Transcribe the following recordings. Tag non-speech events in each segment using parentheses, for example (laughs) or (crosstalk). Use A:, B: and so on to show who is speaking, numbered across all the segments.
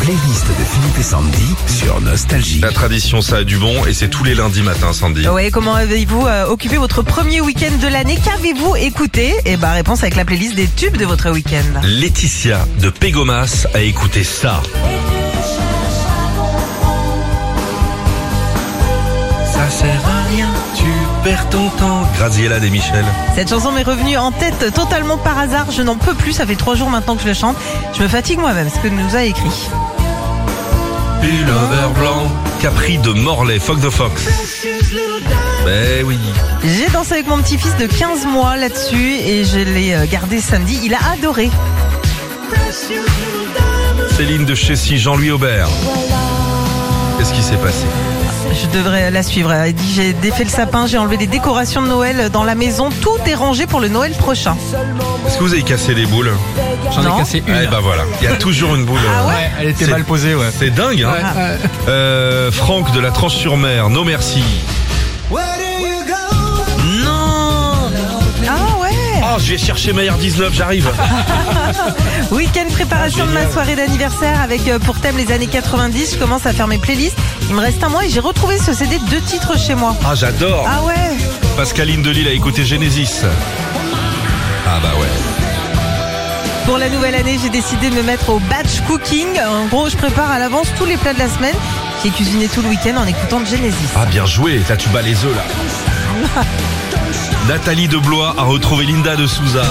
A: playlist de Philippe et Sandy sur Nostalgie.
B: La tradition, ça a du bon et c'est tous les lundis matin, Sandy.
C: Ouais, comment avez-vous euh, occupé votre premier week-end de l'année Qu'avez-vous écouté Et bah réponse avec la playlist des tubes de votre week-end.
B: Laetitia de Pégomas a écouté ça. Ça sert à rien, tu perds ton temps. Graziella des Michel.
C: Cette chanson m'est revenue en tête totalement par hasard. Je n'en peux plus, ça fait trois jours maintenant que je la chante. Je me fatigue moi-même, ce que nous a écrit.
B: Pullover blanc. Capri de Morlaix, Fox de Fox. Ben oui.
C: J'ai dansé avec mon petit-fils de 15 mois là-dessus et je l'ai euh, gardé samedi. Il a adoré.
B: Céline de Chessy, Jean-Louis Aubert. Qu'est-ce qui s'est passé
C: Je devrais la suivre. Elle a dit j'ai défait le sapin, j'ai enlevé des décorations de Noël dans la maison. Tout est rangé pour le Noël prochain.
B: Est-ce que vous avez cassé les boules
D: J'en
C: Non.
D: ai cassé une.
B: Eh ben voilà, il y a toujours une boule. euh,
D: ouais, elle était
B: C'est-
D: mal posée, ouais.
B: C'est dingue, hein
D: Ouais.
B: Euh, Franck de la Tranche-sur-Mer, no merci. Non
C: Ah ouais
B: Oh, je vais chercher Maillard 19, j'arrive.
C: Week-end préparation
B: Ah,
C: de ma
B: génial.
C: soirée d'anniversaire avec euh, pour thème les années 90. Je commence à faire mes playlists. Il me reste un mois et j'ai retrouvé ce CD de deux titres chez moi.
B: Ah, j'adore.
C: Ah ouais
B: Pascaline Delille a écouté Genesis. Ah bah ouais.
C: Pour la nouvelle année, j'ai décidé de me mettre au batch cooking. En gros, je prépare à l'avance tous les plats de la semaine. J'ai cuisiné tout le week-end en écoutant Genesis.
B: Ah, bien joué. Là, tu bats les œufs, là. Nathalie de Blois a retrouvé Linda de Souza.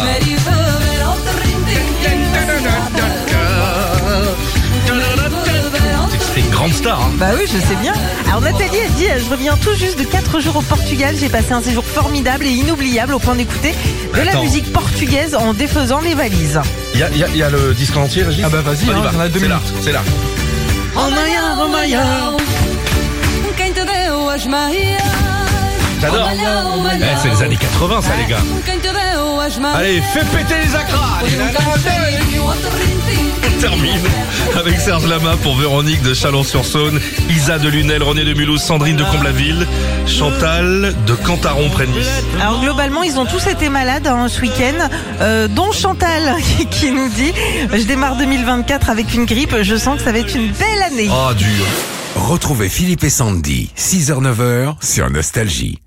B: C'est une grande star. hein.
C: Bah oui, je sais bien. Alors Nathalie a dit, euh, je reviens tout juste de 4 jours au Portugal. J'ai passé un séjour formidable et inoubliable au point d'écouter de la
B: Attends.
C: musique portugaise en défaisant les valises.
B: Il y a, il y a- il y a le disque en entier, Régis
D: Ah bah vas-y,
B: On y
D: hein,
B: va.
D: on a deux
B: C'est là,
D: minutes.
B: c'est là.
C: Romain, Romain.
E: Quem te deu as maias?
B: J'adore.
E: Romain, Romain.
B: Eh, c'est les années 80, ça, les gars.
E: Quem te deu as maias?
B: Allez, fais péter les acras Allez, la dentelle. On (laughs) termine avec Serge Lama pour Véronique de Chalon-sur-Saône, Isa de Lunel, René de Mulhouse, Sandrine de Comblaville, Chantal de Cantaron près de Nice.
C: Alors globalement, ils ont tous été malades hein, ce week-end, euh, dont Chantal (laughs) qui, qui nous dit, je démarre 2024 avec une grippe, je sens que ça va être une belle année.
B: Ah, dur.
A: Retrouvez Philippe et Sandy, 6h-9h sur Nostalgie.